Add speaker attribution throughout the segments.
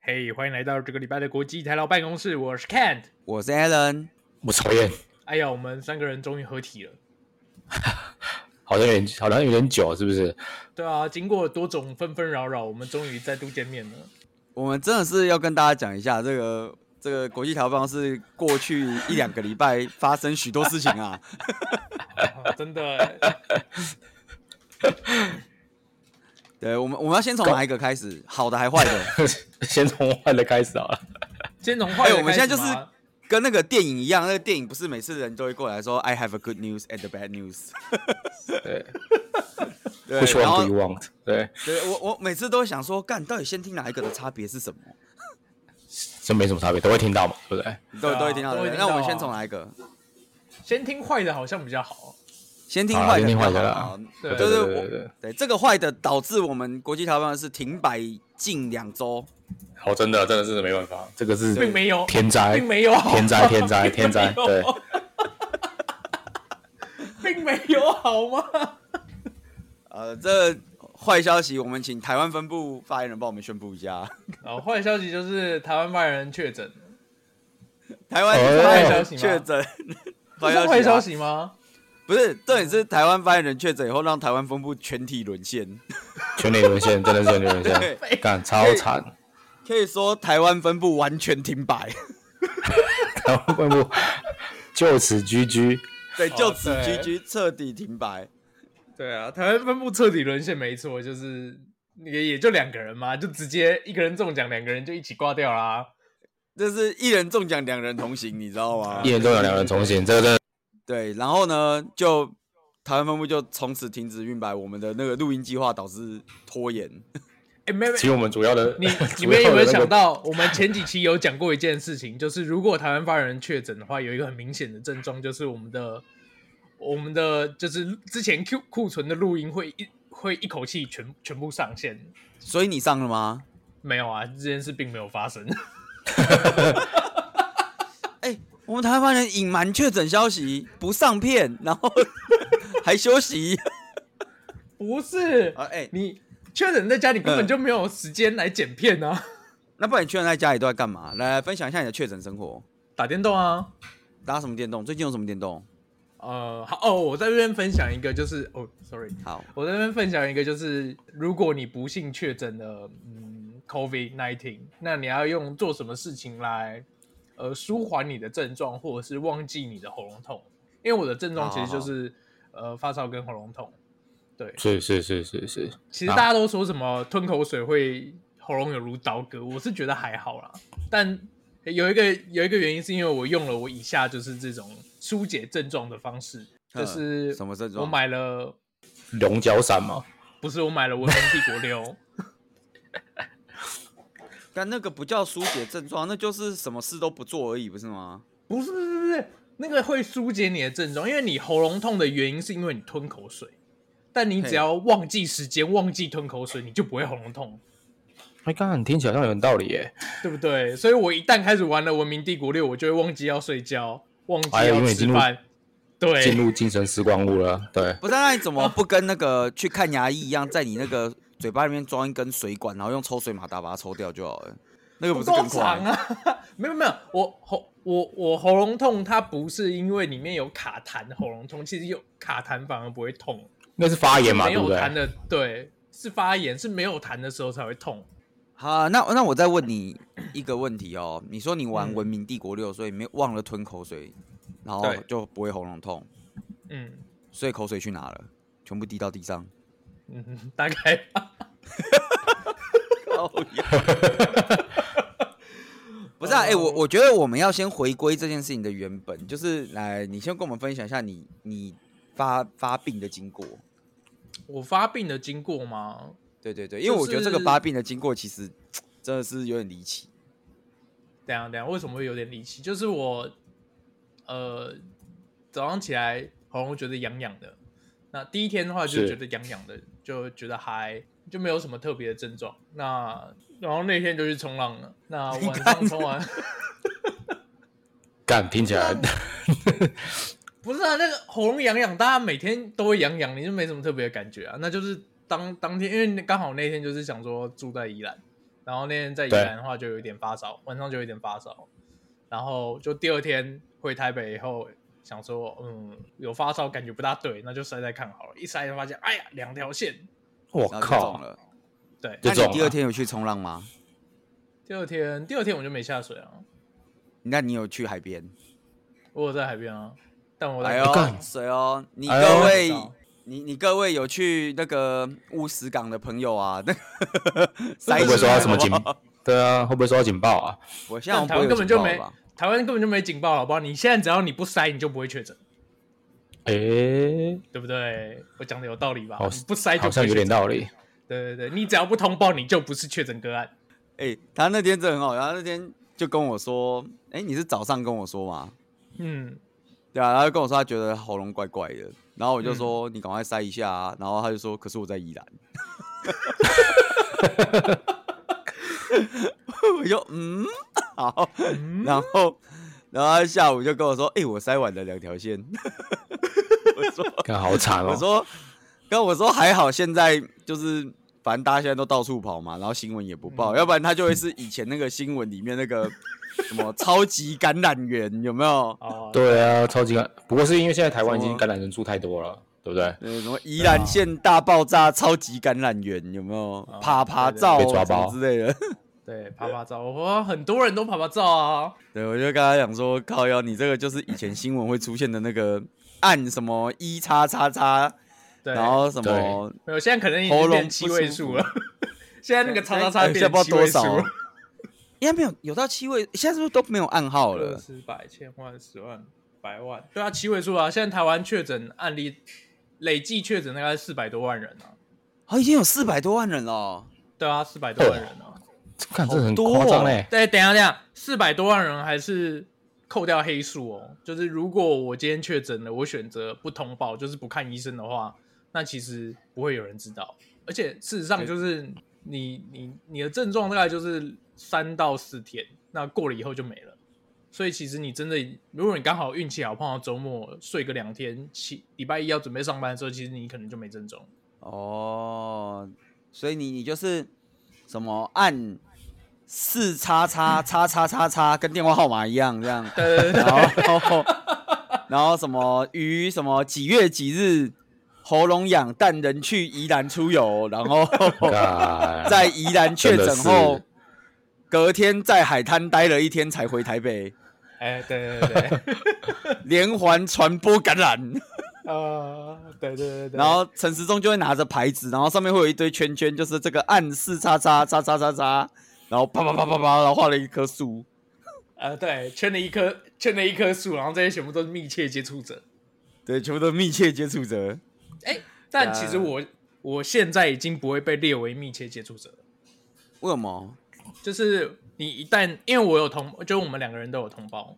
Speaker 1: 嘿欢迎来到这个礼拜的国际台劳办公室，我是 Kent。
Speaker 2: 我是 Alan，
Speaker 3: 我讨厌，
Speaker 1: 哎呀，我们三个人终于合体了。
Speaker 3: 好像有点好像有点久，是不是？
Speaker 1: 对啊，经过多种纷纷扰扰，我们终于再度见面了。
Speaker 2: 我们真的是要跟大家讲一下这个这个国际调办是过去一两个礼拜发生许多事情 啊，
Speaker 1: 啊真的，
Speaker 2: 对我们我们要先从哪一个开始？好的还坏 的？
Speaker 3: 先从坏的开始好了。
Speaker 1: 先从坏的开始吗、
Speaker 2: 哎我们现在就是跟那个电影一样，那个电影不是每次人都会过来说 I have a good news and a bad news，
Speaker 3: 对
Speaker 2: 对，
Speaker 3: ，Which
Speaker 2: 然
Speaker 3: one
Speaker 2: 后
Speaker 3: do you want？对，
Speaker 2: 对我我每次都会想说，干到底先听哪一个的差别是什么？
Speaker 3: 这没什么差别，都会听到嘛，对不对？
Speaker 2: 都
Speaker 1: 对啊
Speaker 2: 都会听到
Speaker 1: 都
Speaker 2: 的
Speaker 1: 会。听
Speaker 2: 那
Speaker 1: 到啊
Speaker 2: 我们先从哪一个？
Speaker 1: 先听坏的，好像比较好。
Speaker 2: 先听
Speaker 3: 好啦
Speaker 2: 坏的
Speaker 3: 先
Speaker 2: 比
Speaker 3: 听
Speaker 2: 较好，
Speaker 3: 坏的啦
Speaker 2: 好
Speaker 1: 对
Speaker 2: 就是
Speaker 3: 对对对
Speaker 2: 我
Speaker 3: 对
Speaker 2: 对这个坏的导致我们国际调办是停摆近两周。
Speaker 3: 哦，真的，真的是没办法，这个是
Speaker 1: 并没有
Speaker 3: 天灾，
Speaker 1: 并没有好
Speaker 3: 天灾，天灾，天灾，
Speaker 1: 并没有
Speaker 3: 对，
Speaker 1: 并没有好吗？
Speaker 2: 呃，这坏消息，我们请台湾分部发言人帮我们宣布 一下。
Speaker 1: 啊，坏消息就是台湾发言人确诊，
Speaker 2: 台湾
Speaker 3: 哦
Speaker 2: 发言
Speaker 1: 坏消
Speaker 2: 人
Speaker 1: 息吗
Speaker 2: 确诊，
Speaker 1: 这 是哦坏消
Speaker 2: 啊，
Speaker 1: 息吗？
Speaker 2: 不是重点是台湾发言人确诊以后，让台湾分部全体沦陷。
Speaker 3: 全垒沦陷，真的是全垒沦
Speaker 2: 对
Speaker 3: 陷，干超惨，
Speaker 2: 可以说台湾分部完全 停摆，
Speaker 3: 然后会不就此居居，
Speaker 2: 对，
Speaker 1: 哦
Speaker 2: 就此
Speaker 1: 对
Speaker 2: GG 彻底停摆。
Speaker 1: 对啊，台湾分部彻底沦陷，没错，就是也也就两个人嘛，就直接一个人中奖，两个人就一起挂掉啦。
Speaker 2: 这是一人中奖，两人同行，你知道吗
Speaker 3: 一？人都有两人重行，这个真的
Speaker 2: 对，然后呢，就台湾分部就从此停止运摆，我们的那个录音计划导致拖延。
Speaker 1: 哎，没没
Speaker 3: 其，实我们主要的，
Speaker 1: 你你
Speaker 3: 主
Speaker 1: 们
Speaker 3: 要
Speaker 1: 有没有
Speaker 3: 的那个
Speaker 1: 想到，我们前几期有讲过一件事情，就是如果台湾发言人确诊的话，有一个很明显的症状，就是我们的我们的就是之前 Q 库存的录音会一会一口气全全部上线。
Speaker 2: 所以你上了吗？
Speaker 1: 没有啊，这件事并没有发生。
Speaker 2: 哎、我们台湾发言人隐瞒确诊消息，不上片，然后 还 休息。
Speaker 1: 不是，
Speaker 2: 啊，哎、
Speaker 1: 你确诊在家里根本
Speaker 2: 嗯
Speaker 1: 就没有时间来剪片啊，
Speaker 2: 那不然你确诊在家里都在干嘛？来来分享一下你的确诊生活，
Speaker 1: 打电动啊。
Speaker 2: 打什么电动？最近有什么电动？
Speaker 1: 呃，好哦，我在这边分享一个，就是哦，sorry，
Speaker 2: 好，
Speaker 1: 我在这边分享一个，就是如果你不幸确诊了，嗯，COVID nineteen，那你要用做什么事情来，呃，舒缓你的症状，或者是忘记你的喉咙痛？因为我的症状其实
Speaker 2: 啊
Speaker 1: 就是呃发烧跟喉咙痛。
Speaker 3: 是是是是是，
Speaker 1: 其实大家都说什么吞口水会喉咙有如刀割，我是觉得还好啦。但有一个有一个原因是因为我用了我以下就是这种疏解症状的方式，就
Speaker 2: 嗯
Speaker 1: 是
Speaker 2: 什么症
Speaker 1: 我
Speaker 2: 状？
Speaker 1: 买了
Speaker 3: 龙角散嘛，
Speaker 1: 不是我买了《文明帝国六》。
Speaker 2: 但那个不叫疏解症状，那就是什么事都不做而已，不是吗？
Speaker 1: 不是不是不是，那个会疏解你的症状，因为你喉咙痛的原因是因为你吞口水，但你
Speaker 2: 嘿
Speaker 1: 只要忘记时间、忘记吞口水，你就不会喉咙痛，
Speaker 3: 哎，刚刚你听起来好像有点道理耶，
Speaker 1: 对不对？所以我一旦开始玩了《文明帝国六》，我就会忘记要睡觉，忘记
Speaker 3: 哎呦因
Speaker 1: 要
Speaker 3: 为
Speaker 1: 吃
Speaker 3: 进入
Speaker 1: 饭，
Speaker 3: 进
Speaker 1: 对，
Speaker 3: 入精神时光屋了，对，
Speaker 2: 不是，那你怎
Speaker 1: 哦
Speaker 2: 么不跟那个去看牙医一样，在你那个嘴巴里面装一根水管，然后用抽水马达把它抽掉就好了？那个不是
Speaker 1: 够
Speaker 2: 更
Speaker 1: 长
Speaker 2: 快？
Speaker 1: 啊！ 没有没有，我喉我我喉咙痛，它不是因为里面有卡痰喉咙痛，其实有卡痰反而不会痛，
Speaker 3: 应该是发炎嘛，
Speaker 1: 没
Speaker 3: 对
Speaker 1: 有
Speaker 3: 不
Speaker 1: 痰
Speaker 3: 对？
Speaker 1: 的对是发炎，是没有痰的时候才会痛。
Speaker 2: 好，那那我再问你一个问题哦。你说你玩
Speaker 1: 嗯
Speaker 2: 《文明帝国六》，所以没忘了吞口水，然后
Speaker 1: 对
Speaker 2: 就不会喉咙痛，
Speaker 1: 嗯
Speaker 2: 所以口水去哪了？全部滴到地 上。
Speaker 1: 嗯，大概 吧。
Speaker 2: 不是啊，哎、我
Speaker 3: 哦
Speaker 2: 我觉得我们要先回归这件事情的原本，就是来，你先跟我们分享一下你你发发病的经过。
Speaker 1: 我发病的经过吗？
Speaker 2: 对对对，因为我觉得这个发病的经过其实真的是有点离奇。
Speaker 1: 等一下等一下，为什么会有点离奇？就是我呃早上起来喉咙觉得痒痒的，那第一天的话就是觉得痒痒的，就觉得还就没有什么特别的症状。那然后那天就去冲浪了，那晚上冲完
Speaker 3: 干，听起来
Speaker 2: 啊
Speaker 1: 不是啊，那个喉咙痒痒，大家每天都会痒痒，你就没什么特别的感觉啊。那就是当当天，因为刚好那天就是想说住在宜兰，然后那天在宜
Speaker 3: 对
Speaker 1: 兰的话就有一点发烧，晚上就有一点发烧，然后就第二天回台北以后，想说嗯有发烧感觉不大对，那就筛筛看好了，一筛就发现哎呀两条线，
Speaker 3: 我
Speaker 2: 然后就
Speaker 3: 靠
Speaker 2: 中！了。
Speaker 1: 对，
Speaker 3: 就
Speaker 2: 那
Speaker 3: 中
Speaker 2: 你
Speaker 3: 了
Speaker 2: 第二天有去冲浪吗？
Speaker 1: 第二天第二天我就没下水啊，
Speaker 2: 那你有去海边？
Speaker 1: 我有在海边啊，但我在
Speaker 2: 哎
Speaker 1: 海边
Speaker 2: 呦，
Speaker 3: 干
Speaker 2: 水哦！你
Speaker 3: 哎呦
Speaker 2: 各位
Speaker 1: 我知道，
Speaker 2: 你你各位有去那个乌石港的朋友啊？那 个塞
Speaker 3: 会不会收
Speaker 2: 进
Speaker 3: 到
Speaker 2: 来
Speaker 3: 什么警
Speaker 2: 好不好？？
Speaker 3: 对啊，会不会收到警报啊？
Speaker 2: 啊我现在好
Speaker 1: 台
Speaker 2: 像不会
Speaker 1: 湾
Speaker 2: 有
Speaker 1: 根本
Speaker 2: 警
Speaker 1: 就
Speaker 2: 报
Speaker 1: 没
Speaker 2: 吧
Speaker 1: 台湾根本就没警报，好不好？你现在只要你不塞，你就不会确诊，
Speaker 3: 诶，
Speaker 1: 对不对？我讲的有道理吧？
Speaker 3: 好
Speaker 1: 你不塞就
Speaker 3: 好像
Speaker 1: 不会
Speaker 3: 有点
Speaker 1: 确诊
Speaker 3: 道理。
Speaker 1: 对对对，你只要不通报，你就不是确诊个案。
Speaker 2: 哎、他那天真的很好，然后那天就跟我说，哎、你是早上跟我说吗？
Speaker 1: 嗯，
Speaker 2: 对啊，然后就跟我说他觉得喉咙怪怪的，然后我就说、
Speaker 1: 嗯
Speaker 2: 你赶快塞一下啊，然后他就说可是我在宜兰， 我就嗯好，然后然后他下午就跟我说，哎、我塞完了两条线，
Speaker 3: 看好惨
Speaker 2: 我
Speaker 3: 哦！
Speaker 2: 说跟我说还好，现在就是反正大家现在都到处跑嘛，然后新闻也不报，要不然他就会是以前那个新闻里面那个 什么超级感染源有没有？
Speaker 1: 哦，
Speaker 3: 对啊，超级感。不过是因为现在台湾已
Speaker 2: 什
Speaker 3: 经
Speaker 2: 么
Speaker 3: 感染人数太多了，对不对？
Speaker 2: 呃，什么宜兰县大爆炸超级感染源有没有？啪啪照啊
Speaker 3: 被抓
Speaker 2: 什么
Speaker 3: 包
Speaker 2: 之类的。
Speaker 1: 对，爬爬照，哇，很多人都爬爬照啊。
Speaker 2: 对，我就跟他讲说，靠腰，你这个就是以前新闻会出现的那个 按什么一叉叉叉，
Speaker 1: 对，
Speaker 2: 然后什么
Speaker 1: 没有，现在可能已
Speaker 2: 喉
Speaker 1: 经
Speaker 2: 咙
Speaker 1: 变
Speaker 2: 不
Speaker 1: 七位
Speaker 2: 舒
Speaker 1: 数
Speaker 2: 服
Speaker 1: 了。现在那个叉叉叉
Speaker 2: 哎现在
Speaker 1: 变
Speaker 2: 不知
Speaker 1: 七
Speaker 2: 道多
Speaker 1: 位数
Speaker 2: 少
Speaker 1: 了
Speaker 2: 哦，应该没有有到七位，现在是不是都没有暗号了？
Speaker 1: 十百千万十万百万，对啊，七位数啊。现在台湾确诊案例累计确诊大概四百多万人啊。
Speaker 2: 好、哦已经有四百多万人了哦。
Speaker 1: 对啊，四百多万人啊。
Speaker 3: 看这很
Speaker 2: 好多
Speaker 3: 夸张哎
Speaker 2: 哦！
Speaker 1: 对，等一下等一下，四百多万人还是扣掉黑数哦。就是如果我今天确诊了，我选择不通报，就是不看医生的话，那其实不会有人知道。而且事实上，就是你你你的症状大概就是三到四天，那过了以后就没了。所以其实你真的，如果你刚好运气好，碰到周末睡个两天，起礼拜一要准备上班的时候，其实你可能就没症状。
Speaker 2: 哦，所以你你就是什么按四叉叉叉叉叉叉，跟电话号码一样这样，
Speaker 1: 对对对对，
Speaker 2: 然后然后什么于什么几月几日喉咙痒，但人去宜兰出游，然 后
Speaker 3: 干
Speaker 2: 在宜兰确诊后
Speaker 3: 真的是，
Speaker 2: 隔天在海滩待了一天才回台北，
Speaker 1: 哎，对对对 对，
Speaker 2: 连环传播感染。
Speaker 1: 呃，对对对对，
Speaker 2: 然后陈时中就会拿着牌子，然后上面会有一堆圈圈，就是这个暗示叉叉叉叉叉叉，然后啪啪啪啪啪，然后画了一棵树。
Speaker 1: 呃，对，圈了一棵圈了一棵树，然后这些全部都是密切接触者。
Speaker 2: 对，全部都是密切接触者。
Speaker 1: 哎，但其
Speaker 3: 呃
Speaker 1: 实
Speaker 2: 啊
Speaker 1: 我我现在已经不会被列为密切接触者了，
Speaker 2: 为什么？
Speaker 1: 就是你一旦因为我有通，就我们两个人都有通报，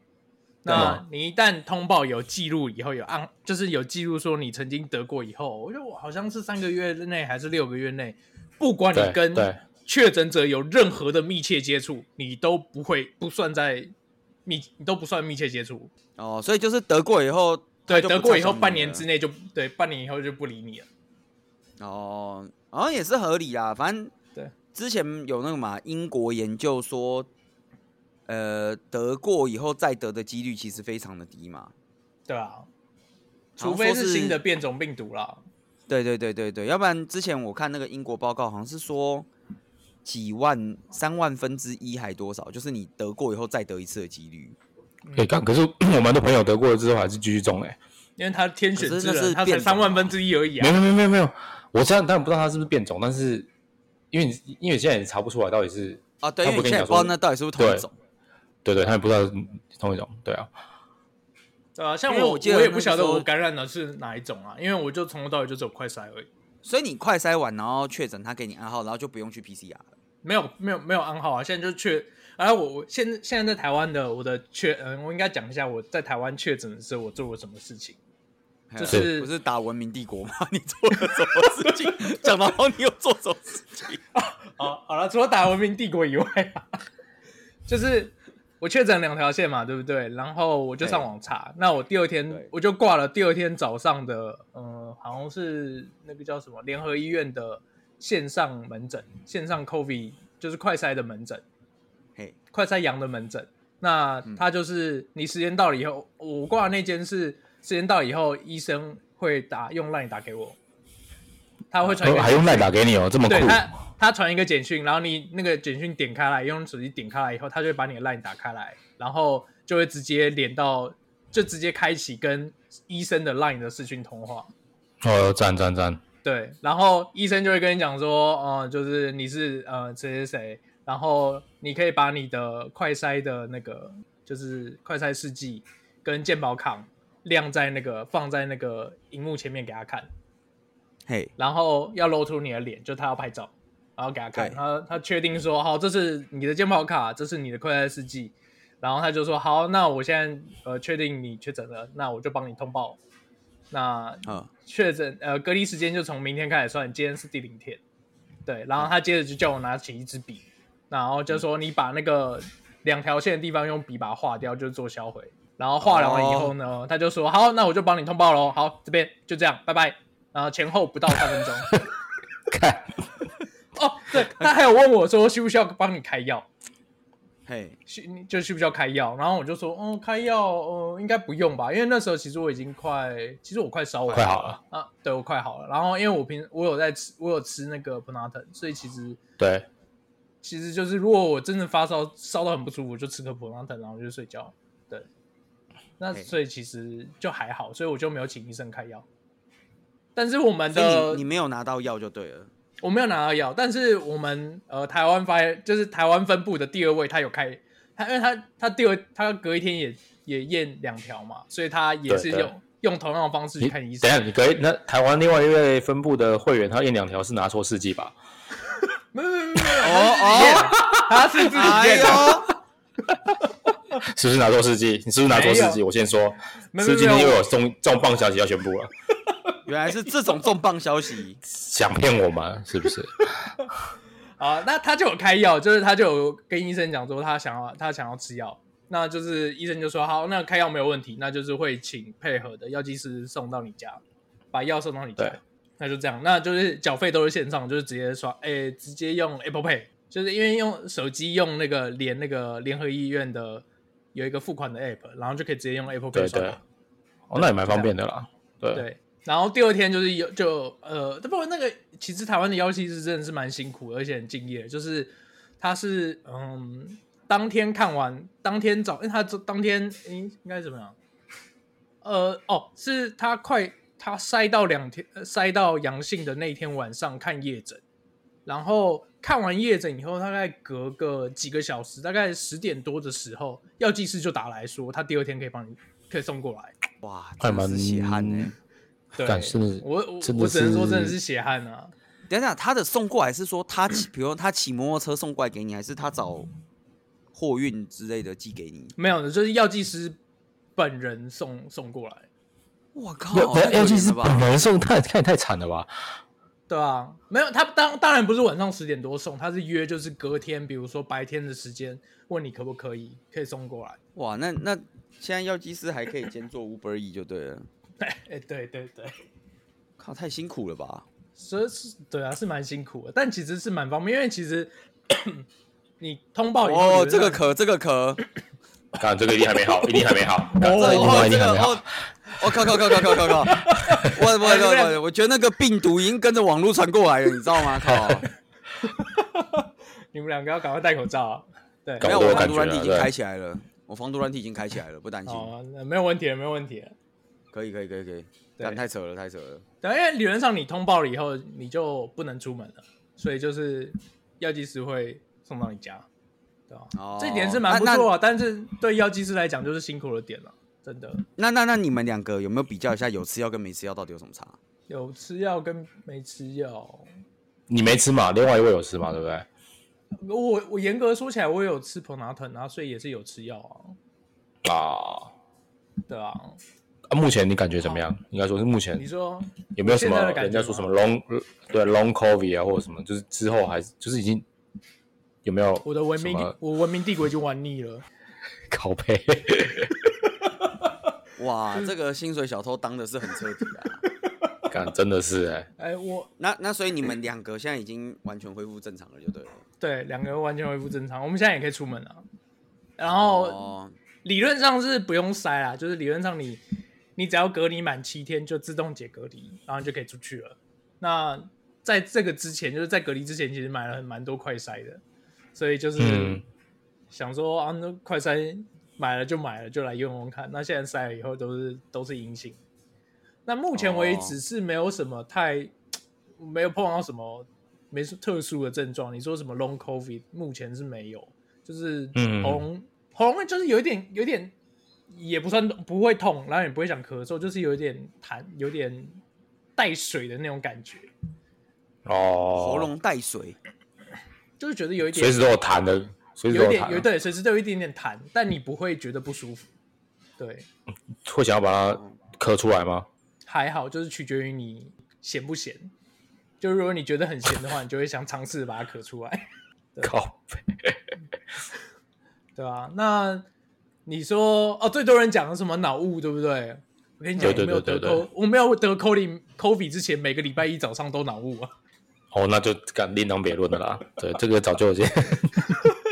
Speaker 3: 对
Speaker 1: 那你一旦通报有记录以后有按，就是有记录说你曾经得过以后，我就好像是三个月内还是六个月内，不管你
Speaker 3: 对
Speaker 1: 跟
Speaker 3: 对
Speaker 1: 确诊者有任何的密切接触，你都不会不算在密，你都不算密切接触。
Speaker 2: 哦，所以就是得过以后，
Speaker 1: 对，
Speaker 2: 他就不
Speaker 1: 得过以
Speaker 2: 再
Speaker 1: 后
Speaker 2: 找你
Speaker 1: 半年
Speaker 2: 了
Speaker 1: 之内就对，半年以后就不理你了。
Speaker 2: 哦，好像也是合理啦。反正
Speaker 1: 对，
Speaker 2: 之前有那个嘛，英国研究说，呃，得过以后再得的几率其实非常的低嘛。
Speaker 1: 对啊，
Speaker 2: 好像
Speaker 1: 除非
Speaker 2: 说
Speaker 1: 是新的
Speaker 2: 是
Speaker 1: 变种病毒啦。
Speaker 2: 对对对对对，要不然之前我看那个英国报告，好像是说几万三万分之一还多少，就是你得过以后再得一次的几率。
Speaker 1: 嗯
Speaker 3: 哎干，可是 我蛮多朋友得过了之后还是继续中哎。
Speaker 1: 因为他天选
Speaker 2: 可是
Speaker 1: 之
Speaker 2: 那
Speaker 1: 人，
Speaker 2: 是
Speaker 1: 他才
Speaker 2: 变种
Speaker 1: 三万
Speaker 2: 啊
Speaker 1: 分之一而已
Speaker 3: 没
Speaker 1: 啊。
Speaker 3: 有没有没有没有，我现在当然不知道它是不是变种，但是因为你因为你现在也查不出来到底是，
Speaker 2: 啊，对，
Speaker 3: 他
Speaker 2: 因为
Speaker 3: 不
Speaker 2: 你现
Speaker 3: 跟你
Speaker 2: 在也不
Speaker 3: 讲
Speaker 2: 知道
Speaker 3: 说
Speaker 2: 那到底是不是同一
Speaker 3: 对
Speaker 2: 种。
Speaker 3: 对啊对，他也不知道是同一种，对啊，
Speaker 1: 对啊，像
Speaker 2: 因为
Speaker 1: 我
Speaker 2: 我记得
Speaker 1: 也
Speaker 2: 那
Speaker 1: 不
Speaker 2: 个
Speaker 1: 晓得
Speaker 2: 时候
Speaker 1: 我感染的是哪一种啊，因为我就从头到尾就只有快筛而已，
Speaker 2: 所以你快筛完，然后确诊，他给你暗号，然后就不用去 PCR 了。
Speaker 1: 没有没有没有暗号啊。现在就确，哎、啊，我我现在现在在台湾的我的确，嗯，我应该讲一下我在台湾确诊的时候我做过什么事情。就
Speaker 2: 嘿啊
Speaker 1: 是
Speaker 2: 不是打文明帝国吗？ 你做了什么事情？ 讲到你有做什么事情？
Speaker 1: 好，好了，除了打文明帝国以外、啊， 就是我确诊两条线嘛，对不对？然后我就上网查，那我第二天
Speaker 2: 对
Speaker 1: 我就挂了，第二天早上的，呃，好像是那个叫什么联合医院的线上门诊，线上 COVID 就是快筛的门诊，
Speaker 2: 嘿，
Speaker 1: 快筛阳的门
Speaker 3: 嗯
Speaker 1: 诊。那它就是你时间到了以后，我挂的那间是时间到以后，医生会打用 line 打给我，他会传一
Speaker 3: 哦
Speaker 1: 个
Speaker 3: 还用赖打给你哦，这么酷
Speaker 1: 对，他他传一个简讯，然后你那个简讯点开来，用手机点开来以后，他就会把你的 LINE 打开来，然后就会直接连到，就直接开启跟医生的 LINE 的视讯通话。
Speaker 3: 哦，赞赞赞，
Speaker 1: 对，然后医生就会跟你讲说，呃，就是你是呃谁谁谁，然后你可以把你的快筛的那个就是快筛试剂跟健保卡晾在那个放在那个荧幕前面给他看。
Speaker 2: 嘿，
Speaker 1: 然后要露出你的脸，就他要拍照，然后给他看，
Speaker 2: 对
Speaker 1: 他他确定说好，这是你的健保卡，这是你的快筛试剂，然后他就说好，那我现在呃确定你确诊了，那我就帮你通报，那
Speaker 2: 啊，
Speaker 1: 确诊呃隔离时间就从明天开始算，今天是第零天，对，然后他接着就叫我拿起一支笔，然后就说你把那个两条线的地方用笔把它画掉，就是做销毁。然后画完以后呢，他就说好，那我就帮你通报喽。好，这边就这样，拜拜。然后前后不到三分钟。
Speaker 3: 看
Speaker 1: 哦，对，他还有问我说需不需要帮你开药，
Speaker 2: 嘿，
Speaker 1: 需你就需不需要开药？然后我就说，哦，开药，呃，应该不用吧，因为那时候其实我已经快，其实我快烧完
Speaker 3: 快好了
Speaker 1: 啊，对我快好了。然后因为我平我有在吃，我有吃那个普拿疼，所以其实
Speaker 3: 对，
Speaker 1: 其实就是如果我真的发烧烧到很不舒服，我就吃个普拿疼，然后就睡觉。对，那
Speaker 2: 嘿
Speaker 1: 所以其实就还好，所以我就没有请医生开药。但是我们
Speaker 2: 所以
Speaker 1: 的
Speaker 2: 你你没有拿到药就对了。
Speaker 1: 我没有拿到药，但是我们呃台湾发就是台湾分部的第二位，他有开，他因为他他第二他隔一天也也验两条嘛，所以他也是
Speaker 3: 对对
Speaker 1: 用用同样的方式去
Speaker 3: 你
Speaker 1: 看医
Speaker 3: 等一
Speaker 1: 生。
Speaker 3: 下，你可以那台湾另外一位分部的会员，他验两条是拿错试剂吧？
Speaker 1: 没有没有没有没 有，
Speaker 2: 哦
Speaker 1: 他是自己验的
Speaker 2: 哦，
Speaker 1: 他是自己
Speaker 2: 哎
Speaker 1: 验
Speaker 2: 呦
Speaker 1: 的，，
Speaker 3: 是不是拿错试剂？你是不是拿错试
Speaker 1: 没
Speaker 3: 剂？我先说，
Speaker 1: 没有
Speaker 3: 是
Speaker 1: 没
Speaker 3: 今
Speaker 1: 有
Speaker 3: 天
Speaker 1: 没
Speaker 3: 又
Speaker 1: 有，
Speaker 3: 有重重磅消息要宣布了，
Speaker 2: 原来是这种重磅消息。
Speaker 3: 想骗我吗？是不是？
Speaker 1: 啊，那他就有开药，就是他就有跟医生讲说他想要他想要吃药，那就是医生就说好，那开药没有问题，那就是会请配合的药剂师送到你家，把药送到你家
Speaker 3: 对，
Speaker 1: 那就这样，那就是缴费都是线上，就是直接刷，哎、直接用 Apple Pay，就是因为用手机用那个连那个联合医院的有一个付款的 App，然后就可以直接用 Apple
Speaker 3: 对
Speaker 1: Pay 刷
Speaker 3: 对
Speaker 1: 卡。，
Speaker 3: 哦，那也蛮方便的啦。对，
Speaker 1: 对，然后第二天就是有就呃，不过那个其实台湾的药剂师真的是蛮辛苦，而且很敬业，就是他是嗯，当天看完，当天早，因为他这当天诶应该怎么样？呃，哦，是他快他筛到两天，呃筛到阳性的那一天晚上看夜诊，然后看完夜诊以后，大概隔个几个小时，大概十点多的时候，药剂师就打来说，他第二天可以帮你可以送过来。
Speaker 2: 哇，
Speaker 3: 还
Speaker 2: 真的
Speaker 3: 蛮
Speaker 2: 是血汗欸呢、
Speaker 1: 对，
Speaker 3: 干是
Speaker 1: 我我
Speaker 3: 真的
Speaker 1: 我只能说
Speaker 3: 是
Speaker 1: 真的是血汗啊！
Speaker 2: 等一下，他的送过来是说他骑，比如他骑摩托车送过来给你，还是他找货运之类的寄给你？
Speaker 1: 没有，就是药剂师本人送送过来，
Speaker 2: 我靠，
Speaker 3: 要
Speaker 2: 太可
Speaker 3: 要去
Speaker 2: 怜
Speaker 3: 是
Speaker 2: 了
Speaker 3: 本
Speaker 2: 吧？
Speaker 3: 人送，太看也太惨了吧？
Speaker 1: 对啊，没有他当当然不是晚上十点多送，他是约就是隔天，比如说白天的时间问你可不可以，可以送过来。
Speaker 2: 哇，那那现在药剂师还可以兼做 Uber E 就对了。
Speaker 1: 哎，对对对，
Speaker 2: 靠，太辛苦了吧？
Speaker 1: 所以是，对啊，是蛮辛苦的，但其实是蛮方便，因为其实 你通报以后
Speaker 2: 哦，
Speaker 1: 你会
Speaker 2: 这个壳，这个壳，
Speaker 3: 看这个一定还没好，一定还没好，干这
Speaker 2: 哦
Speaker 3: 个一定
Speaker 2: 哦，
Speaker 3: 还
Speaker 2: 这
Speaker 3: 没
Speaker 2: 个
Speaker 3: 好
Speaker 2: 哦。，我靠靠靠靠靠 靠靠！我我我我，我觉得那个病毒已经跟着网络传过来了，你知道吗？靠，
Speaker 1: 你们两个要赶快戴口罩、啊。对，
Speaker 3: 搞
Speaker 2: 没
Speaker 3: 得
Speaker 2: 有，
Speaker 3: 我
Speaker 2: 我防
Speaker 3: 感觉
Speaker 2: 毒软体已经
Speaker 3: 对
Speaker 2: 开起来了，我防毒软体已经开起来了，不担心，
Speaker 1: 哦，那没有问题了，没有问题了。
Speaker 2: 可以可以可以可以，
Speaker 1: 对
Speaker 2: 但太扯了太扯了。
Speaker 1: 对，因为理论上你通报了以后，你就不能出门了，所以就是药剂师会送到你家，对吧？
Speaker 2: 哦
Speaker 1: 这一点是蛮不
Speaker 2: 那那
Speaker 1: 错啊，但是对药剂师来讲就是辛苦了点了，真的。
Speaker 2: 那那那你们两个有没有比较一下有吃药跟没吃药到底有什么差？
Speaker 1: 有吃药跟没吃药，
Speaker 3: 你没吃嘛？另外一位有吃嘛？对不对？
Speaker 1: 我我严格说起来，我也有吃普拿疼啊，所以也是有吃药啊，
Speaker 3: 啊
Speaker 1: 对啊。
Speaker 3: 啊，目前你感觉怎么样？应该说是目前
Speaker 1: 你说
Speaker 3: 有没有什
Speaker 1: 现
Speaker 3: 么
Speaker 1: 在的感觉
Speaker 3: 人家说什么 long 对 long covid 啊，或者什么，就是之后还是就是已经有没有
Speaker 1: 我的文明
Speaker 3: 什么，
Speaker 1: 我文明帝国已经玩腻了，
Speaker 3: 拷贝？
Speaker 2: 哇，这个薪水小偷当的是很彻底啊！
Speaker 3: 干真的是哎、
Speaker 1: 哎，我
Speaker 2: 那那所以你们两个现在已经完全恢复正常了，就对了。
Speaker 1: 对，两个完全恢复正常。我们现在也可以出门了。然后
Speaker 2: 哦
Speaker 1: 理论上是不用筛啦，就是理论上你你只要隔离满七天就自动解隔离，然后你就可以出去了。那在这个之前，就是在隔离之前，其实买了很蛮多快筛的，所以就是
Speaker 3: 嗯
Speaker 1: 想说、啊，那快筛买了就买了，就来用用看。那现在筛了以后都是都是阴性。那目前为止是没有什么太、没有碰到什么没什么特殊的症状。你说什么 long covid，目前是没有，就是
Speaker 3: 嗯
Speaker 1: 喉咙、喉咙就是有一点有一点也不算不会痛，然后也不会想咳嗽，就是有一点痰，有点带水的那种感觉，
Speaker 3: 哦，
Speaker 2: 喉咙带水，
Speaker 1: 就是觉得有一点
Speaker 3: 随时都有痰的，随时都
Speaker 1: 有一点
Speaker 3: 有
Speaker 1: 有
Speaker 3: 痰啊，
Speaker 1: 对，随时都有一点点痰，但你不会觉得不舒服。对，
Speaker 3: 会想要把它咳出来吗？
Speaker 1: 还好，就是取决于你咸不咸。就如果你觉得很咸的话，你就会想尝试把它咳出来，
Speaker 3: 靠北，
Speaker 1: 对吧、那你说哦，最多人讲的什么脑雾，对不对？我跟你讲，
Speaker 3: 对
Speaker 1: 我没有
Speaker 3: 对
Speaker 1: 得
Speaker 3: 对对
Speaker 1: COVID，我没有得 COVID COVID 之前，每个礼拜一早上都脑雾啊，
Speaker 3: 哦，那就敢另当别论的啦。对，这个早就已经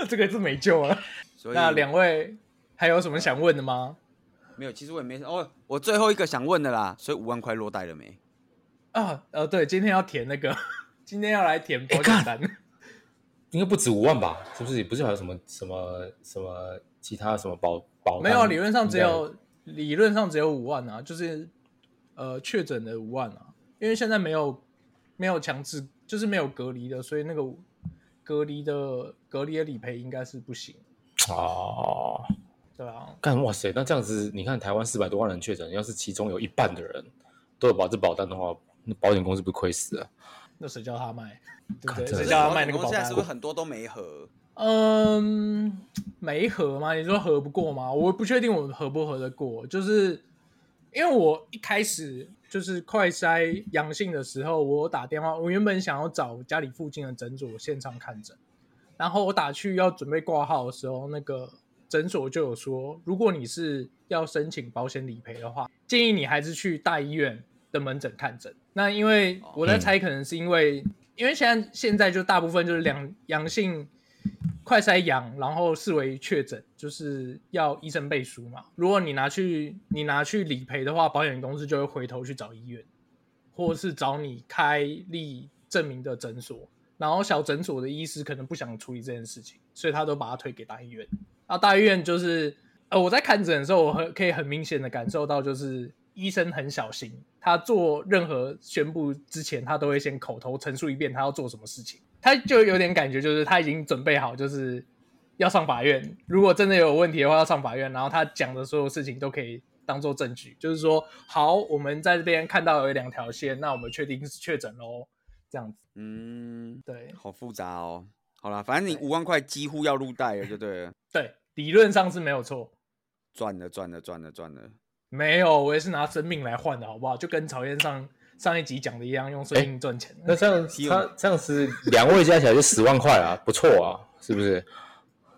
Speaker 1: 这个是没救了。
Speaker 2: 所以
Speaker 1: 那两位还有什么想问的吗？
Speaker 2: 没有，其实我也没哦，我最后一个想问的啦，所以五万块落袋了没？
Speaker 1: 啊，呃，对，今天要填那个，今天要来填保
Speaker 3: 哎干
Speaker 1: 险单。
Speaker 3: 应该不止五万吧？是不是？不是还有什么什么什么其他什么保保单？
Speaker 1: 没有啊，理论上只
Speaker 3: 应
Speaker 1: 有理论上只有五万啊，就是呃确诊的五万啊，因为现在没有没有强制，就是没有隔离的，所以那个隔离的隔离的理赔应该是不行，
Speaker 3: 该哦。
Speaker 1: 对啊，
Speaker 3: 干哇塞，那这样子，你看台湾四百多万人确诊，要是其中有一半的人都有保这保单的话，那保险公司不是亏死了？
Speaker 1: 那谁叫他卖，对不
Speaker 3: 看
Speaker 1: 对？
Speaker 3: 这
Speaker 1: 谁
Speaker 3: 人
Speaker 1: 叫他卖那个
Speaker 2: 我
Speaker 1: 保
Speaker 2: 现在
Speaker 1: 单
Speaker 2: 是不？是很多都没合？
Speaker 1: 嗯，没合吗？你说合不过吗？我不确定我合不合得过，就是因为我一开始就是快筛阳性的时候，我打电话，我原本想要找家里附近的诊所现场看诊，然后我打去要准备挂号的时候，那个诊所就有说，如果你是要申请保险理赔的话，建议你还是去大医院的门诊看诊。那因为我在猜，可能是因为、因为现在现在就大部分就是两阳性快筛阳，然后视为确诊，就是要医生背书嘛。如果你拿去你拿去理赔的话，保险公司就会回头去找医院，或是找你开立证明的诊所。然后小诊所的医师可能不想处理这件事情，所以他都把它推给大医院。啊，大医院就是呃，我在看诊的时候，我很可以很明显的感受到，就是医生很小心，他做任何宣布之前，他都会先口头陈述一遍他要做什么事情，他就有点感觉就是他已经准备好，就是要上法院，如果真的有问题的话要上法院，然后他讲的所有事情都可以。当做证据，就是说，好，我们在这边看到有两条线，那我们确定是确诊喽，这样子。
Speaker 2: 嗯，
Speaker 1: 对
Speaker 2: 好复杂哦。好啦，反正你五万块几乎要入袋了，就对了，
Speaker 1: 对，理论上是没有错，
Speaker 2: 赚了，赚了，赚了，赚了。
Speaker 1: 没有，我也是拿生命来换的，好不好？就跟曹燕上上一集讲的一样，用生命赚钱。
Speaker 3: 那这样
Speaker 2: 提
Speaker 3: 他这样是两位加起来就十万块啊，不错啊，是不是？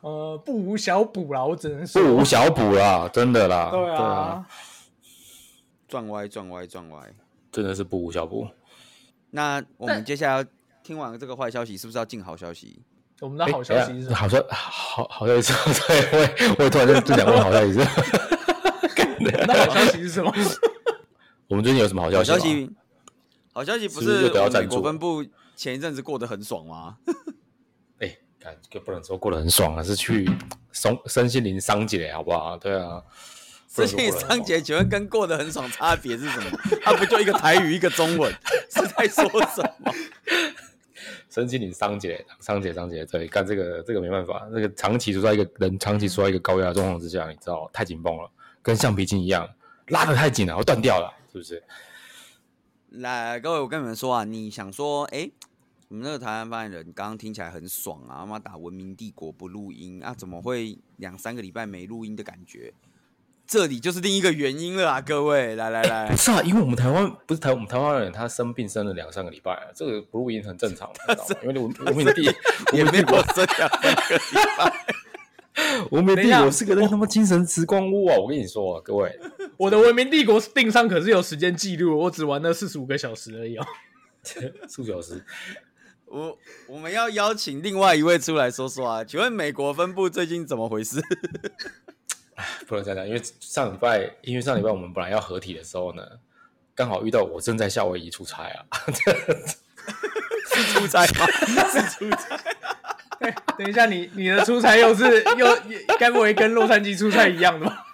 Speaker 1: 呃，不无小补啦，我只能
Speaker 3: 不
Speaker 1: 说，
Speaker 3: 无小补啦，真的啦，
Speaker 1: 对
Speaker 3: 对啊，
Speaker 1: 啊，
Speaker 2: 转歪，转歪，转歪。
Speaker 3: 真的是不无小补。
Speaker 2: 那我们
Speaker 1: 但
Speaker 2: 接下来要听完这个坏消息，是不是要进好消息？
Speaker 1: 我们的
Speaker 3: 哎
Speaker 1: 好消息是
Speaker 3: 等一下
Speaker 1: 什
Speaker 3: 好消好好消息是， 对，我也我也突然就就想问好消息是，
Speaker 1: 么？我们的好消息是什么？
Speaker 3: 我们最近有什么好消
Speaker 2: 好
Speaker 3: 息
Speaker 2: 消
Speaker 3: 吗？
Speaker 2: 息，好消息不
Speaker 3: 是不是
Speaker 2: 是
Speaker 3: 又得要
Speaker 2: 我们美
Speaker 3: 赞助
Speaker 2: 国
Speaker 3: 了
Speaker 2: 分部前一阵子过得很爽 吗？
Speaker 3: 哎，感觉不能说过得很爽啊，是去松身心灵商解好不好？对啊，不
Speaker 2: 这些
Speaker 3: 能说过得很爽
Speaker 2: 商节请问跟过得很爽差别是什么？ 它不就一个台语一个中文， 是在说什么？
Speaker 3: 身心灵伤解，伤解，伤解，对，干这个这个没办法，这个长期处在一个人长期处在一个高压的状况之下，你知道太紧绷了，跟橡皮筋一样，拉的太紧了，会断掉了，是不是？
Speaker 2: 来，各位，我跟你们说啊，你想说，哎、我们那个台湾发言人刚刚听起来很爽啊，他妈打文明帝国不录音啊，怎么会两三个礼拜没录音的感觉？这里就是另一个原因了啊，各位，来来
Speaker 1: 哎
Speaker 2: 来
Speaker 3: 不，是啊，因为我们台湾不是台，我们台湾人他生病生了两三个礼拜啊，这个不录音很正常，你知道 吗？因为我我们的地，
Speaker 2: 也没有这样。
Speaker 3: 我们的
Speaker 1: 等一
Speaker 3: 地，
Speaker 1: 下
Speaker 3: 我是个那他妈精神时光屋啊！我跟你说、啊，各位，
Speaker 1: 我的文明帝国定上可是有时间记录，我只玩了四十五个小时而已哦。
Speaker 3: 数小时，
Speaker 2: 我我们要邀请另外一位出来说说啊，请问美国分部最近怎么 回事？
Speaker 3: 不能这样讲，因为上礼拜，因为上礼拜我们本来要合体的时候呢，刚好遇到我正在夏威夷出差啊，
Speaker 2: 出差吗？是出差。
Speaker 1: 哎等一下，你你的出差又是又也该不会跟洛杉矶出差一样的吧？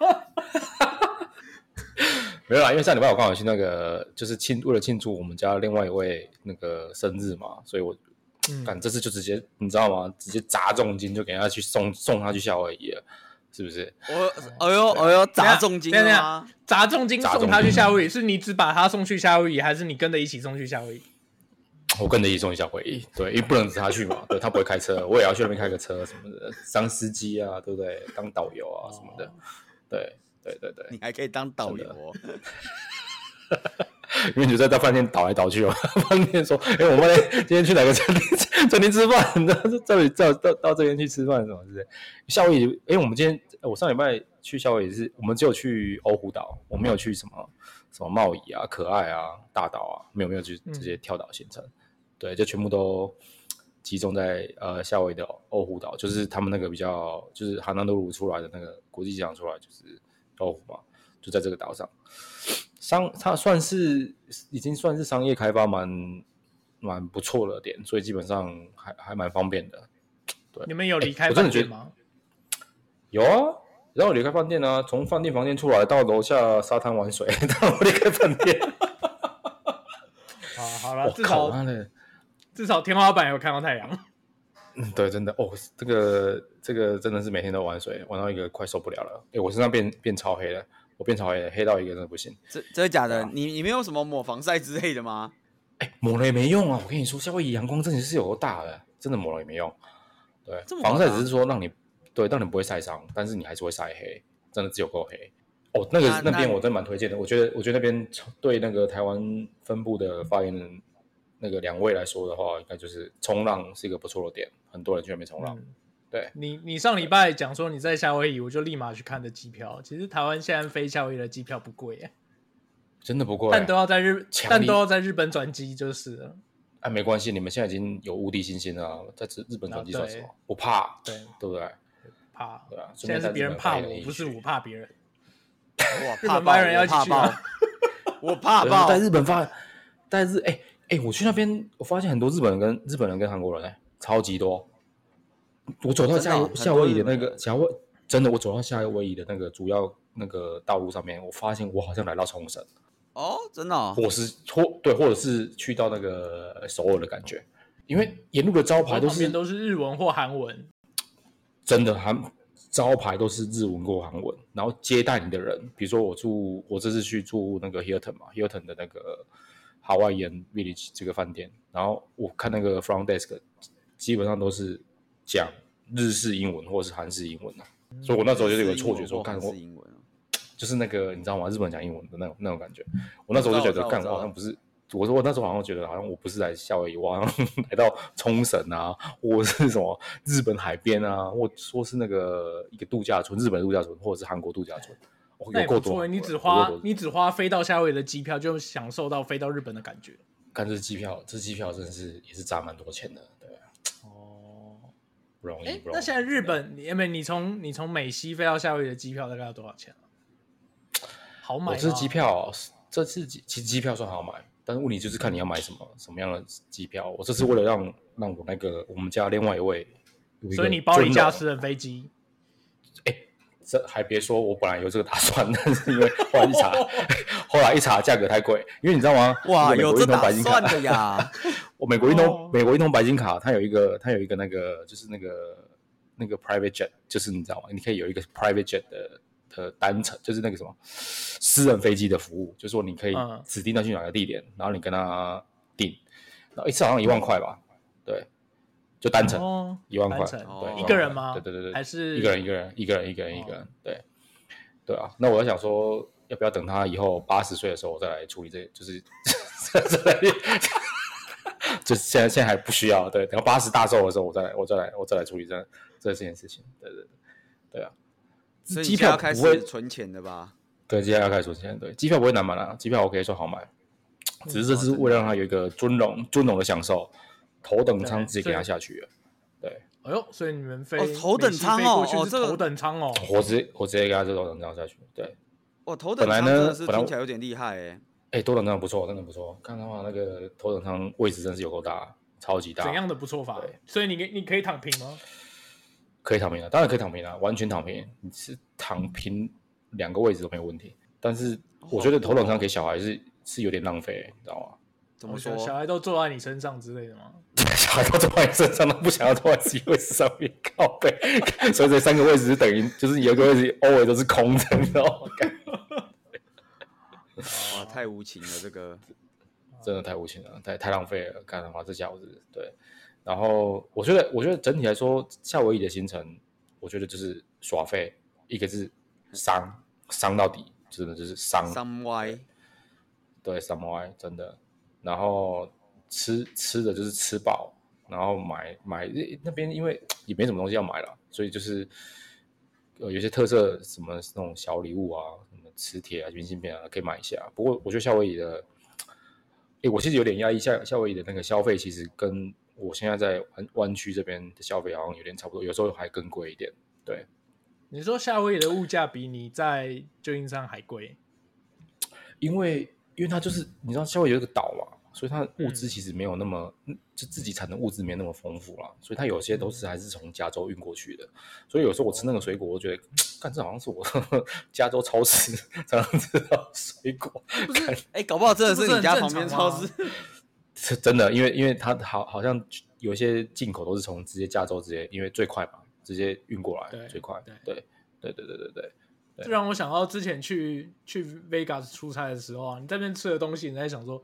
Speaker 3: 没有啦，因为上礼拜我刚好去那个，就是庆为了庆祝我们家另外一位那个生日嘛，所以我
Speaker 1: 嗯
Speaker 3: 干、这次就直接你知道吗？直接砸重金就给他去送送他去夏威夷了，是不是？
Speaker 2: 我哎呦哎呦，砸重金
Speaker 1: 等一
Speaker 2: 了
Speaker 1: 下
Speaker 2: 吗？
Speaker 1: 砸重金
Speaker 3: 砸重
Speaker 1: 送
Speaker 3: 金
Speaker 1: 他去夏威夷，是你只把他送去夏威夷，还是你跟着一起送去夏威夷？
Speaker 3: 我跟着一起送一下回忆，对，因为不能只他去嘛，对他不会开车，我也要去那边开个车什么的，当司机啊，对不对？当导游啊什么的，对对对对，
Speaker 2: 你还可以当导游、
Speaker 3: 真
Speaker 2: 哦，
Speaker 3: 因为你就在大饭店倒来倒去哦，饭店说，哎、我们今天去哪个餐厅餐厅吃饭？然后就这里到到到这边去吃饭什么之类。夏威夷，哎、我们今天哎我上礼拜去夏威夷是，我们只有去欧胡岛，我没有去什么什么贸易啊、可爱啊、大岛啊，没有没有去这些跳岛行程，对，就全部都集中在呃夏威夷的欧胡岛，就是他们那个比较就是韩南都鲁出来的那个国际机场出来就是欧胡嘛，就在这个岛上。商它算是已经算是商业开发蛮蛮不错的点，所以基本上还还蛮方便的。
Speaker 1: 你们有离开
Speaker 3: 我真
Speaker 1: 饭
Speaker 3: 的觉
Speaker 1: 店
Speaker 3: 得
Speaker 1: 吗？
Speaker 3: 有啊，然后离开饭店啊，从饭店房间出来到楼下沙滩玩水， 然后离开饭店。
Speaker 1: 啊，好了，
Speaker 3: 我
Speaker 1: 至
Speaker 3: 靠，
Speaker 1: 少
Speaker 3: 妈的！
Speaker 1: 至少天花板有看到太阳。
Speaker 3: 嗯对，真的哦，这个这个真的是每天都玩水，玩到一个快受不了了。哎，我身上变变超黑了，我变超黑了，黑到一个真的不行。
Speaker 2: 这真的假
Speaker 1: 啊
Speaker 2: 的？你你没有什么抹防晒之类的吗？
Speaker 3: 哎，抹了也没用啊！我跟你说，夏威夷阳光真的是有够大的，真的抹了也没用。对
Speaker 2: 这，么
Speaker 3: 防
Speaker 2: 好
Speaker 3: 晒
Speaker 2: 打
Speaker 3: 只是说让你对让你不会晒伤，但是你还是会晒黑，真的只有够黑。哦，那个
Speaker 2: 那
Speaker 3: 那边
Speaker 2: 那
Speaker 3: 我真的蛮推荐的，我觉得我觉得那边对那个台湾分部的发言人那个两位来说的话，应该就是冲浪是一个不错的点，很多人去那边冲浪。
Speaker 1: 嗯
Speaker 3: 对，
Speaker 1: 你你上礼拜讲说你在夏威夷，我就立马去看的机票。其实台湾现在飞夏威夷的机票不贵耶，
Speaker 3: 真的不贵、啊
Speaker 1: 但都要在日，
Speaker 3: 强力
Speaker 1: 但都要在日本转机就是了。
Speaker 3: 哎，没关系，你们现在已经有无敌信心了啊，在日日本
Speaker 1: 啊
Speaker 3: 转机算什
Speaker 1: 对
Speaker 3: 么？不怕，
Speaker 1: 对，
Speaker 3: 对不对？
Speaker 1: 怕
Speaker 3: 对啊顺
Speaker 1: 现
Speaker 3: 便
Speaker 1: 在是
Speaker 3: 带
Speaker 1: 别人
Speaker 3: 日本
Speaker 1: 怕
Speaker 3: 白人
Speaker 1: 我，
Speaker 3: 一
Speaker 1: 不是
Speaker 3: 起
Speaker 1: 我怕别人。
Speaker 2: 哇，
Speaker 1: 日
Speaker 2: 怕
Speaker 1: 本
Speaker 2: 爆！
Speaker 1: 白人要啊
Speaker 2: 我
Speaker 1: 一起
Speaker 2: 怕
Speaker 1: 去吗
Speaker 2: 爆！我怕
Speaker 3: 对
Speaker 1: 啊
Speaker 2: 爆！
Speaker 3: 在日本发，在日哎哎、我去那边，我发现很多日本人跟日本人跟韩国人哎、超级多。我走
Speaker 2: 真
Speaker 3: 到
Speaker 2: 的
Speaker 3: 夏
Speaker 2: 哦
Speaker 3: 夏
Speaker 2: 很多
Speaker 3: 威夷
Speaker 2: 日
Speaker 3: 的
Speaker 2: 本
Speaker 3: 那个夏威，真的我走到夏威夷的那个主要那个道路上面，我发现我好像来到冲绳，
Speaker 2: 哦，真的、哦，
Speaker 3: 或是或对，或者是去到那个首尔的感觉，因为沿路的招牌
Speaker 1: 我
Speaker 3: 都
Speaker 1: 旁
Speaker 3: 是
Speaker 1: 边都是日文或韩文，
Speaker 3: 真的韩招牌都是日文或韩文，然后接待你的人，比如说我住我这次去住那个 Hilton 嘛，Hilton 的那个 Hawaiian Village 这个饭店，然后我看那个 front desk 基本上都是讲日式英文或者是韩式英文啊，
Speaker 1: 嗯
Speaker 3: 所以我那时候就有个错觉说，看我
Speaker 2: 是英文哦，
Speaker 3: 就是那个你知道吗？日本人讲英文的那种那种感觉，我那时候就觉得
Speaker 2: 我知道我知道我
Speaker 3: 干，
Speaker 2: 知
Speaker 3: 我
Speaker 2: 道
Speaker 3: 好像不是。我说我那时候好像觉得好像我不是来夏威夷，我好像 来到冲绳啊，或是什么日本海边啊，或说是那个一个度假村，日本度假村或者是韩国度假村，哦、
Speaker 1: 那
Speaker 3: 有
Speaker 1: 也
Speaker 3: 够
Speaker 1: 不
Speaker 3: 多
Speaker 1: 错。欸
Speaker 3: 韩国人。
Speaker 1: 你只
Speaker 3: 有够
Speaker 1: 花
Speaker 3: 多
Speaker 1: 你只花飞到夏威夷的机票，就享受到飞到日本的感觉。
Speaker 3: 看这机票，这机票真的是也是砸蛮多钱的，对，啊
Speaker 1: 哦，
Speaker 3: 不容易。
Speaker 1: 哎，
Speaker 3: 不容易
Speaker 1: 那现在日本，你哎没你从你从美西飞到夏威夷的机票大概要多少钱啊好买哦
Speaker 3: 我
Speaker 1: 吗？
Speaker 3: 这机票，这次机其实机票算好买，但是问题就是看你要买什么什么样的机票。我这次为了让让我那个我们家另外一位有一个
Speaker 1: 所以你包你
Speaker 3: 尊
Speaker 1: 架
Speaker 3: 荣
Speaker 1: 私人飞机，
Speaker 3: 这还别说，我本来有这个打算， 但是因为后来一 查，后来一查价格太贵，因为你知道吗？
Speaker 2: 哇，
Speaker 3: 我美
Speaker 2: 有
Speaker 3: 国
Speaker 2: 这
Speaker 3: 运通
Speaker 2: 打
Speaker 3: 白金
Speaker 2: 算
Speaker 3: 卡，
Speaker 2: 的呀！
Speaker 3: 我美国运通、
Speaker 1: 哦
Speaker 3: 美国运通白金卡，它有一个它有一个那个就是那个那个 private jet，就是你知道吗？你可以有一个 private jet 的的单程，就是那个什么私人飞机的服务，就是说你可以
Speaker 1: 嗯
Speaker 3: 指定要去哪个地点，然后你跟他订，然后一次好像一万块吧，对，就单程
Speaker 1: 哦，
Speaker 3: 一万块，
Speaker 1: 单程
Speaker 3: 对，
Speaker 2: 一
Speaker 1: 个
Speaker 3: 10,000
Speaker 1: 人
Speaker 3: 块
Speaker 1: 吗
Speaker 3: 对对对对，
Speaker 1: 还是哦
Speaker 3: 一个人一个人一个人一个人一个人，对对啊。那我在想说，要不要等他以后八十岁的时候，我再来处理这，就是就是现在现在还不需要，对，等到八十大寿的时候，我再来我再来我再来处理这这件事情，对对对对啊。
Speaker 2: 所以
Speaker 3: 机
Speaker 2: 你现在要
Speaker 3: 票
Speaker 2: 开
Speaker 3: 不会
Speaker 2: 始存钱的吧？
Speaker 3: 对，接下来要开始出现，对，机票不会
Speaker 1: 嗯
Speaker 3: 难买啦，机票我可以说好买，只是这是为了让他有一个尊荣尊荣的享受，头等舱直接给他下去了。
Speaker 1: 哎呦，所以你们飞、
Speaker 2: 哦头等舱哦
Speaker 1: 美西飞过去
Speaker 2: 哦
Speaker 1: 是
Speaker 2: 这个
Speaker 1: 头等舱哦，
Speaker 3: 我直接我直接给他这头等舱下去。对，
Speaker 2: 哦，头等
Speaker 3: 本来
Speaker 2: 舱
Speaker 3: 呢
Speaker 2: 真的是
Speaker 3: 本来
Speaker 2: 听起来有点厉害哎、
Speaker 3: 哎、头等舱不错，真的不错。看的话，那个头等舱位置真是有够大，超级大。
Speaker 1: 怎样的不错法
Speaker 3: 对？
Speaker 1: 所以你可以你可以躺平吗？
Speaker 3: 可以躺平啊，当然可以躺平啊，完全躺平，你是躺平两个位置都没有问题。但是我觉得头等舱给小孩是是有点浪费、你知道吗？
Speaker 2: 怎么
Speaker 1: 哦
Speaker 2: 说
Speaker 1: 小？小孩都坐在你身上之类的吗？
Speaker 3: 小孩都坐在你身上，他不想要坐在自己位置上面靠背， 所以这三个位置是等于就是有一个位置 always 都是空着，你知道吗？干
Speaker 2: 哇，哦太无情了这个。
Speaker 3: 真的太无情了，太太浪费了，干他妈这家伙子对。然后我觉得，我觉得整体来说，夏威夷的行程，我觉得就是耍废，一个是伤伤到底，真的就是伤
Speaker 2: 三歪
Speaker 3: 对 s a m u 真的。然后吃吃的就是吃饱，然后买买那那边因为也没什么东西要买了，所以就是呃有些特色什么那种小礼物啊，什么磁铁啊、明信片啊，可以买一下。不过我觉得夏威夷的，诶，我其实有点压抑，夏夏威夷的那个消费其实跟我现在在湾湾区这边的消费好像有点差不多，有时候还更贵一点。对，
Speaker 1: 你说夏威夷的物价比你在旧金山还贵，
Speaker 3: 因为因为它就是你知道夏威夷有一个岛嘛，所以它的物
Speaker 1: 嗯
Speaker 3: 资其实没有那么，嗯就自己产的物资没那么丰富啦，所以它有些都
Speaker 1: 嗯
Speaker 3: 是还是从加州运过去的。所以有时候我吃那个水果，我觉得，干这好像是我 加州超市常常吃到水果，
Speaker 2: 不是？哎、搞不好真的
Speaker 1: 这不是
Speaker 2: 你
Speaker 1: 很
Speaker 2: 家
Speaker 1: 正
Speaker 2: 旁边
Speaker 1: 常啊
Speaker 2: 超
Speaker 1: 吗
Speaker 2: 市。
Speaker 3: 是真的，因为因为它好好像有些进口都是从直接加州直接，因为最快嘛，直接运过
Speaker 1: 对
Speaker 3: 来最快。
Speaker 1: 对
Speaker 3: 对对对对对对，对
Speaker 1: 这让我想到之前去去 Vegas 出差的时候啊，你在那边吃的东西，你在想说，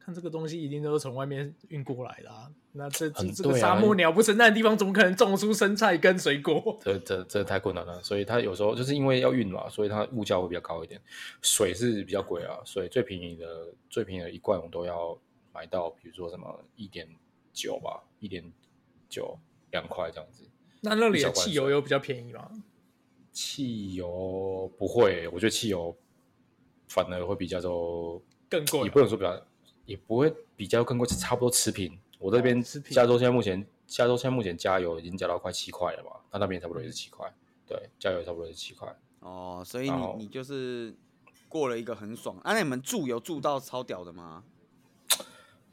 Speaker 1: 看这个东西一定都是从外面运过来的、啊，那这这、
Speaker 3: 很
Speaker 1: 这个
Speaker 3: 对啊
Speaker 1: 沙漠鸟不生蛋的地方，怎么可能种出生菜跟水果？
Speaker 3: 这这这太困难了，所以它有时候就是因为要运嘛，所以它物价会比较高一点。水是比较贵啊，水最便宜的最便宜的一罐我都要买到，比如说什么一点九吧，一点九两块这样子。
Speaker 1: 那那里的
Speaker 3: 一小罐
Speaker 1: 汽油有比较便宜吗？
Speaker 3: 汽油不会，我觉得汽油反而会比加州，
Speaker 1: 更贵
Speaker 3: 也
Speaker 1: 啊
Speaker 3: 不能说比较，也不会比加州更贵，差不多持平。我这边
Speaker 1: 哦持平
Speaker 3: 加州现在目前加州现在目前加油已经加到快七块了嘛，那那边差不多也是七块，对，加油差不多也是七块。
Speaker 2: 哦，所以
Speaker 3: 然
Speaker 2: 你
Speaker 3: 后
Speaker 2: 你就是过了一个很爽。啊，那你们住有住到超屌的吗？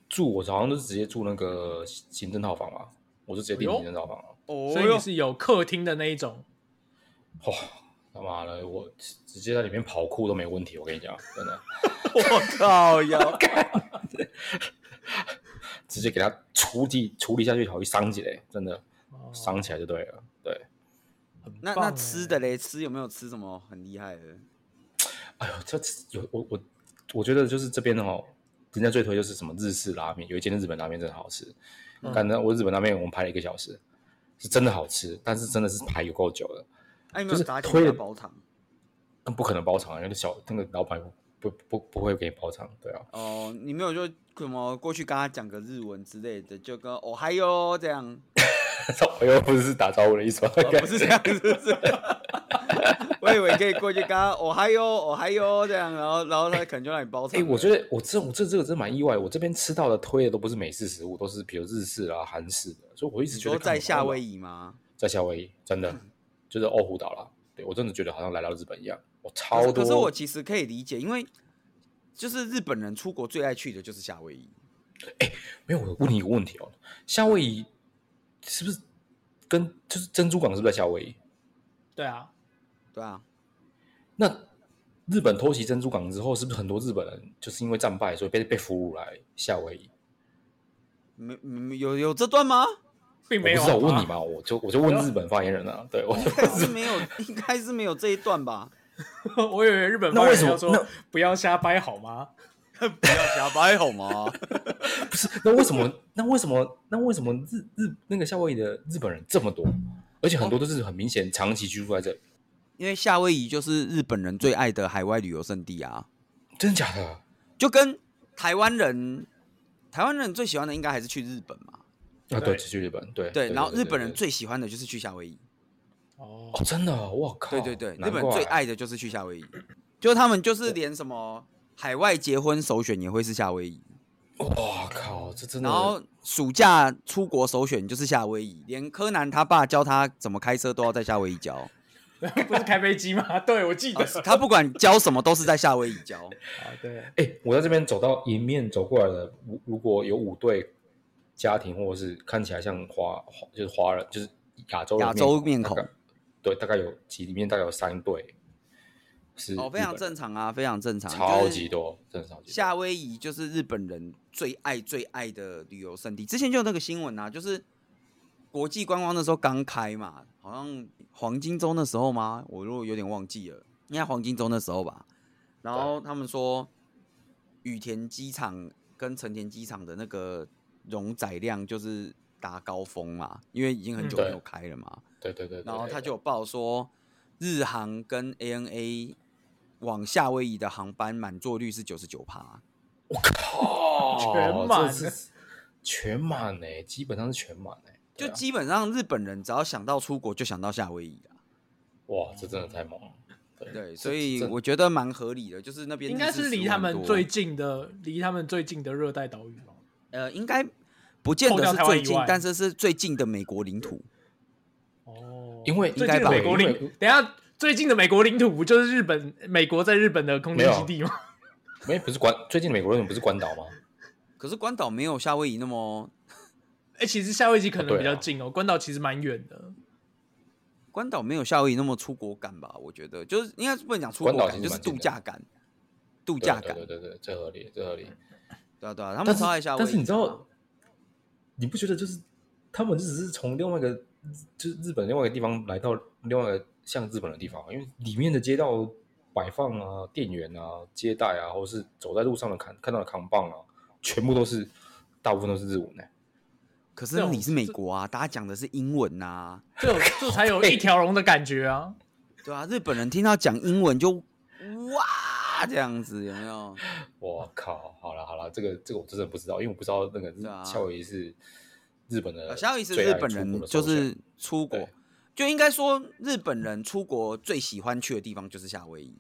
Speaker 3: 住我好像都是直接住那个行政套房嘛，我就直接订
Speaker 1: 哎呦
Speaker 3: 行政套房了。
Speaker 2: 哦
Speaker 1: 所以 你是有客厅的那一种，
Speaker 3: 哇、他妈的，我直接在里面跑酷都没问题，我跟你讲，真的，
Speaker 2: 我 靠呀！
Speaker 3: 直接给他处理处理下去，好去伤起来，真的
Speaker 1: 哦
Speaker 3: 伤起来就对了。对，
Speaker 1: 很棒
Speaker 2: 那那
Speaker 1: 欸
Speaker 2: 吃的嘞，吃有没有吃什么很厉害的？
Speaker 3: 哎呦，这有我我我觉得就是这边的哦，人家最推就是什么日式拉面，有一间日本拉面真的好吃，
Speaker 1: 嗯
Speaker 3: 反正、我日本拉面我们排了一个小时，是真的好吃，但是真的是排有够久的。
Speaker 2: 哎、有没
Speaker 3: 就
Speaker 2: 有
Speaker 3: 是
Speaker 2: 炸鸡
Speaker 3: 推
Speaker 2: 加
Speaker 3: 了
Speaker 2: 包场？
Speaker 3: 那不可能包场啊，那个小那个老板不不不不会给你包场，对啊。
Speaker 2: 哦，你没有就什么过去跟他讲个日文之类的，就跟哦嗨哟这样，哦
Speaker 3: 我又不是打招呼的意思吗？
Speaker 2: 不是这样，是不是？ 我以为可以过去跟他哦嗨哟哦嗨哟这样，然后然后他可能就让你包场
Speaker 3: 哎、
Speaker 2: 了。
Speaker 3: 我觉得我这我这这个真蛮意外，我这边吃到的推的都不是美式食物，都是比如日式啊、韩式的，所以我一直
Speaker 2: 你
Speaker 3: 觉
Speaker 2: 说
Speaker 3: 得
Speaker 2: 在夏威
Speaker 3: 夷，
Speaker 2: 夷吗？
Speaker 3: 在夏威夷真的就是欧胡岛啦。对我真的觉得好像来到日本一样，我超
Speaker 2: 可是
Speaker 3: 多。
Speaker 2: 可是我其实可以理解，因为就是日本人出国最爱去的就是夏威夷。
Speaker 3: 没有，我问你一个问题哦，夏威夷是不是跟就是珍珠港是不是在夏威夷？
Speaker 1: 对啊，
Speaker 2: 对啊，
Speaker 3: 那日本偷袭珍珠港之后，是不是很多日本人就是因为战败，所以被被俘虏来夏威夷？
Speaker 2: 没没有有这段吗？
Speaker 1: 并
Speaker 3: 我
Speaker 1: 没
Speaker 3: 不
Speaker 1: 有
Speaker 3: 知
Speaker 1: 啊。
Speaker 3: 道，我问你嘛，我就我就问日本发言人啊，对我就
Speaker 2: 应该是没有，应该是没有这一段吧？
Speaker 1: 我以为日本
Speaker 3: 那
Speaker 1: 方
Speaker 3: 为
Speaker 1: 人
Speaker 3: 什么
Speaker 1: 要说不要瞎掰好吗？
Speaker 2: 不要瞎掰好吗？
Speaker 3: 不是，那为什么？ 那为什么？那为什么日日那个夏威夷的日本人这么多，而且很
Speaker 2: 哦
Speaker 3: 多都是很明显长期居住在这里？
Speaker 2: 因为夏威夷就是日本人最爱的海外旅游胜地啊，
Speaker 3: 真的啊假的？
Speaker 2: 就跟台湾人，台湾人最喜欢的应该还是去日本嘛。
Speaker 3: 啊，
Speaker 1: 对
Speaker 3: 对，去日本，对
Speaker 2: 对，然后日本人
Speaker 3: 对
Speaker 2: 最喜欢的就是去夏威夷。
Speaker 1: 哦，
Speaker 3: 哦，真的哦，我靠，
Speaker 2: 对对对，日
Speaker 3: 难
Speaker 2: 本
Speaker 3: 怪啊
Speaker 2: 最爱的就是去夏威夷，就他们就是连什么海外结婚首选也会是夏威夷。
Speaker 3: 哇靠，哦，这真的。
Speaker 2: 然后暑假出国首选就是夏威夷，连柯南他爸教他怎么开车都要在夏威夷 教，哦
Speaker 1: 不是开飞机吗？ 对，我
Speaker 3: 啊
Speaker 1: 记得。
Speaker 2: 他不管教什么都是在夏威夷教。
Speaker 1: 啊，对，
Speaker 3: 哎、我在这边走到迎面走过来的，如如果有五对家庭，或是看起来像华华就是华人，就是亚洲人
Speaker 2: 亚洲面
Speaker 3: 大概
Speaker 2: 孔
Speaker 3: 对，大概有几里面大概有三对是
Speaker 2: 哦，非常
Speaker 3: 日本人
Speaker 2: 正常啊，非常正常，
Speaker 3: 超
Speaker 2: 就是
Speaker 3: 级多，真的超级多
Speaker 2: 夏威夷就是日本人最爱最爱的旅游胜地。之前就有那个新闻啊，就是国际观光那时候刚开嘛，好像黄金周那时候吗？我如果有点忘记了，应该黄金周那时候吧。然后他们说，羽田机场跟成田机场的那个容载量就是达高峰嘛，因为已经很久
Speaker 3: 嗯
Speaker 2: 没有开了嘛。
Speaker 3: 对对对对，
Speaker 2: 然后
Speaker 3: 对
Speaker 2: 他
Speaker 3: 对
Speaker 2: 就有报说，日航跟 ANA 往夏威夷的航班满座率是九十九趴，
Speaker 3: 哦
Speaker 1: 全满
Speaker 3: 这是全满哎、基本上是全满哎、
Speaker 2: 就
Speaker 3: 对啊
Speaker 2: 基本上日本人只要想到出国就想到夏威夷啦。
Speaker 3: 哇，这真的太猛了。对
Speaker 2: 对，
Speaker 3: 这
Speaker 2: 所以
Speaker 3: 这
Speaker 2: 我觉得蛮合理的，就是那边
Speaker 1: 应该
Speaker 2: 日式
Speaker 1: 是离
Speaker 2: 食物
Speaker 1: 他
Speaker 2: 很
Speaker 1: 们
Speaker 2: 多
Speaker 1: 最近的，离他们最近的热带岛屿吧。
Speaker 2: 呃，应该不见
Speaker 1: 扣
Speaker 2: 得
Speaker 1: 掉
Speaker 2: 是
Speaker 1: 台湾
Speaker 2: 最
Speaker 1: 以
Speaker 2: 近
Speaker 1: 外，
Speaker 2: 但是是最近的美国领土。
Speaker 1: 哦，
Speaker 3: 因为
Speaker 1: 最近
Speaker 2: 应该
Speaker 1: 的
Speaker 2: 吧
Speaker 1: 美国
Speaker 3: 对因为
Speaker 1: 领，等一下最近的美国领土不就是日本美国在日本的空军基地吗？
Speaker 3: 没不是关最近的美国人不是关岛吗？
Speaker 2: 可是关岛没有夏威夷那么，
Speaker 1: 哎、其实夏威夷可
Speaker 3: 哦
Speaker 1: 能
Speaker 3: 对啊
Speaker 1: 比较近哦，关岛其实蛮远的。
Speaker 2: 关岛没有夏威夷那么出国感吧？我觉得就是应该是不能讲出
Speaker 3: 关岛
Speaker 2: 国感，
Speaker 3: 其实
Speaker 2: 就是
Speaker 3: 蛮近
Speaker 2: 度
Speaker 3: 的
Speaker 2: 假感，度
Speaker 3: 对
Speaker 2: 假
Speaker 3: 啊对
Speaker 2: 感，
Speaker 3: 对对对，这合理这合理。
Speaker 2: 对啊对啊，他
Speaker 3: 但
Speaker 2: 们
Speaker 3: 是
Speaker 2: 超爱夏威夷的啊。
Speaker 3: 但是你知道，你不觉得就是他们只是从另外一个就是日本另外一个地方来到另外一个像日本的地方，因为里面的街道摆放啊、店员啊、接待啊，或者是走在路上的看看到的扛棒啊，全部都是大部分都是日文呢、
Speaker 2: 可是
Speaker 1: 这种
Speaker 2: 你是美国啊，大家讲的是英文呐、
Speaker 1: 这 有这才有一条龙的感觉啊！
Speaker 2: 对啊，日本人听到讲英文就哇这样子，有没有？
Speaker 3: 我靠，好了好了，这个这个我真的不知道，因为我不知道那个日
Speaker 2: 对啊
Speaker 3: 夏威夷是日本的
Speaker 2: 呃夏威夷是
Speaker 3: 最
Speaker 2: 日
Speaker 3: 爱
Speaker 2: 本
Speaker 3: 出国
Speaker 2: 人
Speaker 3: 的
Speaker 2: 就
Speaker 3: 首选
Speaker 2: 是出国
Speaker 3: 对，
Speaker 2: 就应该说日本人出国最喜欢去的地方就是夏威夷。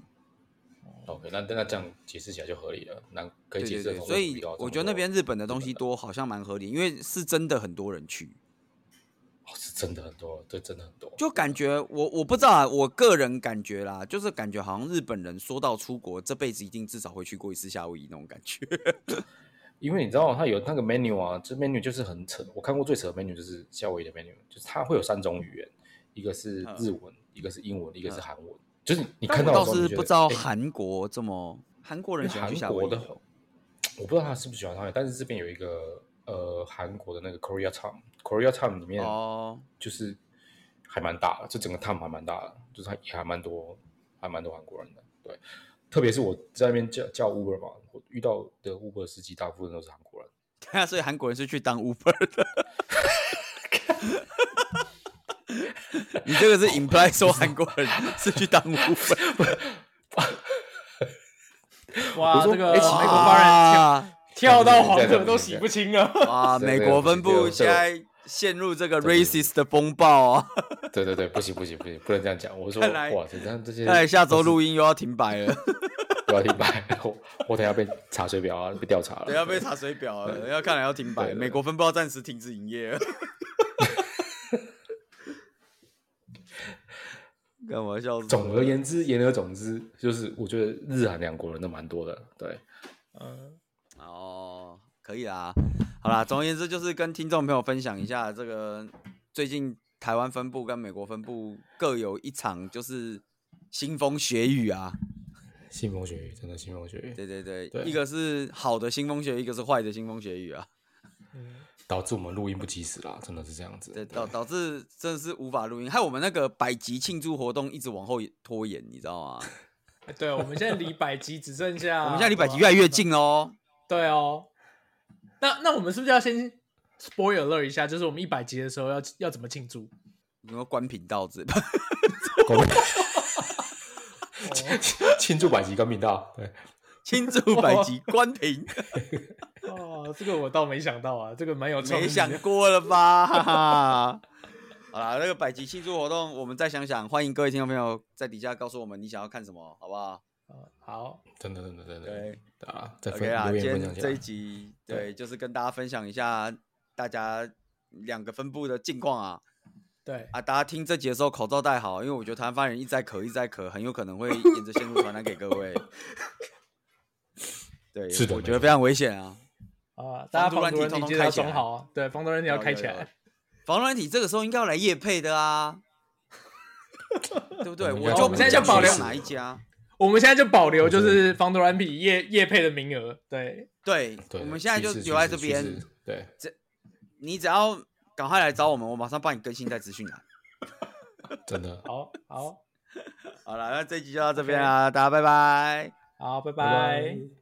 Speaker 3: OK，那那这样解释起来就合理了，那可
Speaker 2: 对
Speaker 3: 以解
Speaker 2: 对
Speaker 3: 释得
Speaker 2: 对，
Speaker 3: 通
Speaker 2: 所
Speaker 3: 为什么
Speaker 2: 以
Speaker 3: 遇到这
Speaker 2: 我
Speaker 3: 么
Speaker 2: 觉得那
Speaker 3: 多
Speaker 2: 边日本的东
Speaker 3: 日
Speaker 2: 西
Speaker 3: 本人
Speaker 2: 多，好像蛮合理，因为是真的很多人去，
Speaker 3: 哦是真的很多，对，真的很多，
Speaker 2: 就感觉我我不知道啊，我个人感觉啦，就是感觉好像日本人说到出国，这辈子一定至少会去过一次夏威夷那种感觉。
Speaker 3: 因为你知道它有那个 menu 啊，这 menu 就是很扯。我看过最扯的 menu 就是夏威夷的 menu，就是它会有三种语言，一个是日文，一个是英文，一个是韩文。就是你
Speaker 2: 嗯但
Speaker 3: 看
Speaker 2: 我
Speaker 3: 到的
Speaker 2: 倒
Speaker 3: 时候，你
Speaker 2: 是
Speaker 3: 觉
Speaker 2: 不
Speaker 3: 得
Speaker 2: 知道
Speaker 3: 诶
Speaker 2: 韩国这么韩国
Speaker 3: 因
Speaker 2: 人
Speaker 3: 为
Speaker 2: 喜欢去夏
Speaker 3: 韩
Speaker 2: 威
Speaker 3: 国
Speaker 2: 夷
Speaker 3: 的
Speaker 2: 哦。
Speaker 3: 我不知道他是不是喜欢它，但是这边有一个呃韩国的那个 Korea Town，Korea Town 里面
Speaker 2: 哦，
Speaker 3: 就是还蛮大的，就整个 town 还蛮大的，就是还也还蛮多，还蛮多韩国人的。对，特别是我在那边叫叫 Uber 嘛，我遇到的 Uber 司机大部分都是韩国人。
Speaker 2: 对啊， 所以韩国人是去当 Uber 的。 你这个是 imply 说韩国人是去当 Uber，
Speaker 1: 哇，
Speaker 3: 我说
Speaker 1: 这个
Speaker 3: 哎
Speaker 1: 美
Speaker 3: 其
Speaker 1: 国
Speaker 3: 实
Speaker 1: 发人 跳跳到黄河都洗不清啊了。
Speaker 2: 哇，
Speaker 3: 这个
Speaker 2: 美国分
Speaker 3: 这个
Speaker 2: 部
Speaker 3: 这个
Speaker 2: 现在陷入这个
Speaker 3: 这个
Speaker 2: racist 的风暴啊！
Speaker 3: 对对对，不行不行不行，不能这样讲。我说
Speaker 2: 看来
Speaker 3: 哇，这这这 些
Speaker 2: 看来哎下周录音又要停摆了，
Speaker 3: 不要停摆，我我等下被查水表啊，被调查了。
Speaker 2: 等一下被查水表了，要看来要停摆
Speaker 3: 对
Speaker 2: 了。
Speaker 3: 对
Speaker 2: 美国分部要暂时停止营 业了。干嘛笑死我了？
Speaker 3: 总而言之，言而总之，就是我觉得日韩两国人都蛮多的。对，
Speaker 1: 嗯，
Speaker 2: 哦，可以啦，好啦，总而言之就是跟听众朋友分享一下这个最近台湾分部跟美国分部各有一场就是腥风血雨啊，
Speaker 3: 腥风血雨，真的腥风血雨，
Speaker 2: 对对对，
Speaker 3: 对
Speaker 2: 一个是好的腥风血雨，一个是坏的腥风血雨啊，
Speaker 3: 导致我们录音不及时啦，真的是这样子。
Speaker 2: 对导导致真的是无法录音，害我们那个百集庆祝活动一直往后拖延，你知道吗？
Speaker 1: 哎对，我们现在离百集只剩下，
Speaker 2: 我们现在离百集越来越近喽，
Speaker 1: 对哦，那那我们是不是要先 spoiler alert 一下？就是我们一百集的时候要要怎么庆祝？
Speaker 2: 你们关频道子，
Speaker 3: 狗屁 庆祝百集跟频道，对，
Speaker 2: 庆祝百集关屏。
Speaker 1: 哦，这个我倒没想到啊，这个蛮有创意
Speaker 2: 没
Speaker 1: 的
Speaker 2: 想过了吧？ 哈哈。好啦，那个百集庆祝活动，我们再想想。欢迎各位听众朋友在底下告诉我们你想要看什么，好不好？
Speaker 1: 呃好，
Speaker 3: 真的真的真的，
Speaker 2: 对
Speaker 3: 啊，再分
Speaker 2: ，OK 啦，
Speaker 3: 留
Speaker 2: 今
Speaker 3: 言分
Speaker 2: 天
Speaker 3: 享一
Speaker 2: 这一
Speaker 3: 下。
Speaker 2: 集
Speaker 3: 对
Speaker 2: 对，就是跟大家分享一下大家两个分布的近况啊
Speaker 1: 对，
Speaker 2: 啊！大家听这集的时候口罩戴好，因为我觉得台湾发言人一直在咳，一直在咳，很有可能会沿着线路传染给各 位。对，
Speaker 3: 是的
Speaker 2: 我
Speaker 3: 没
Speaker 2: 觉得
Speaker 3: 错
Speaker 2: 非常危险啊！
Speaker 1: 啊，大家
Speaker 2: 防
Speaker 1: 防
Speaker 2: 毒软
Speaker 1: 毒
Speaker 2: 体
Speaker 1: 人
Speaker 2: 通
Speaker 1: 体
Speaker 2: 通
Speaker 1: 记得要
Speaker 2: 开起
Speaker 1: 装
Speaker 2: 来
Speaker 1: 好啊，对，防毒人体要
Speaker 2: 有
Speaker 1: 开
Speaker 2: 有
Speaker 1: 起
Speaker 2: 有
Speaker 1: 来。
Speaker 2: 防软体这个时候应该要来夜配的啊，对不对？
Speaker 3: 我们
Speaker 2: 我
Speaker 3: 要
Speaker 2: 就
Speaker 3: 我
Speaker 2: 不
Speaker 3: 们
Speaker 1: 现在
Speaker 2: 讲
Speaker 1: 就保留
Speaker 2: 是哪一家。
Speaker 1: 我们现在就保留
Speaker 3: 我觉
Speaker 1: 就
Speaker 3: 得
Speaker 1: 是防毒软体业业配的名额，对，
Speaker 2: 对，
Speaker 3: 对，
Speaker 2: 我们现在就
Speaker 3: 趋势
Speaker 2: 留在这
Speaker 3: 趋势趋
Speaker 2: 边
Speaker 3: 势，对，
Speaker 2: 你只要赶快来找我们，我马上帮你更新在资讯栏。
Speaker 3: 真的，
Speaker 1: 好好
Speaker 2: 好了，那这一集就到这边啦，大家拜拜。
Speaker 1: 好，拜
Speaker 3: 拜
Speaker 1: 拜。
Speaker 3: 拜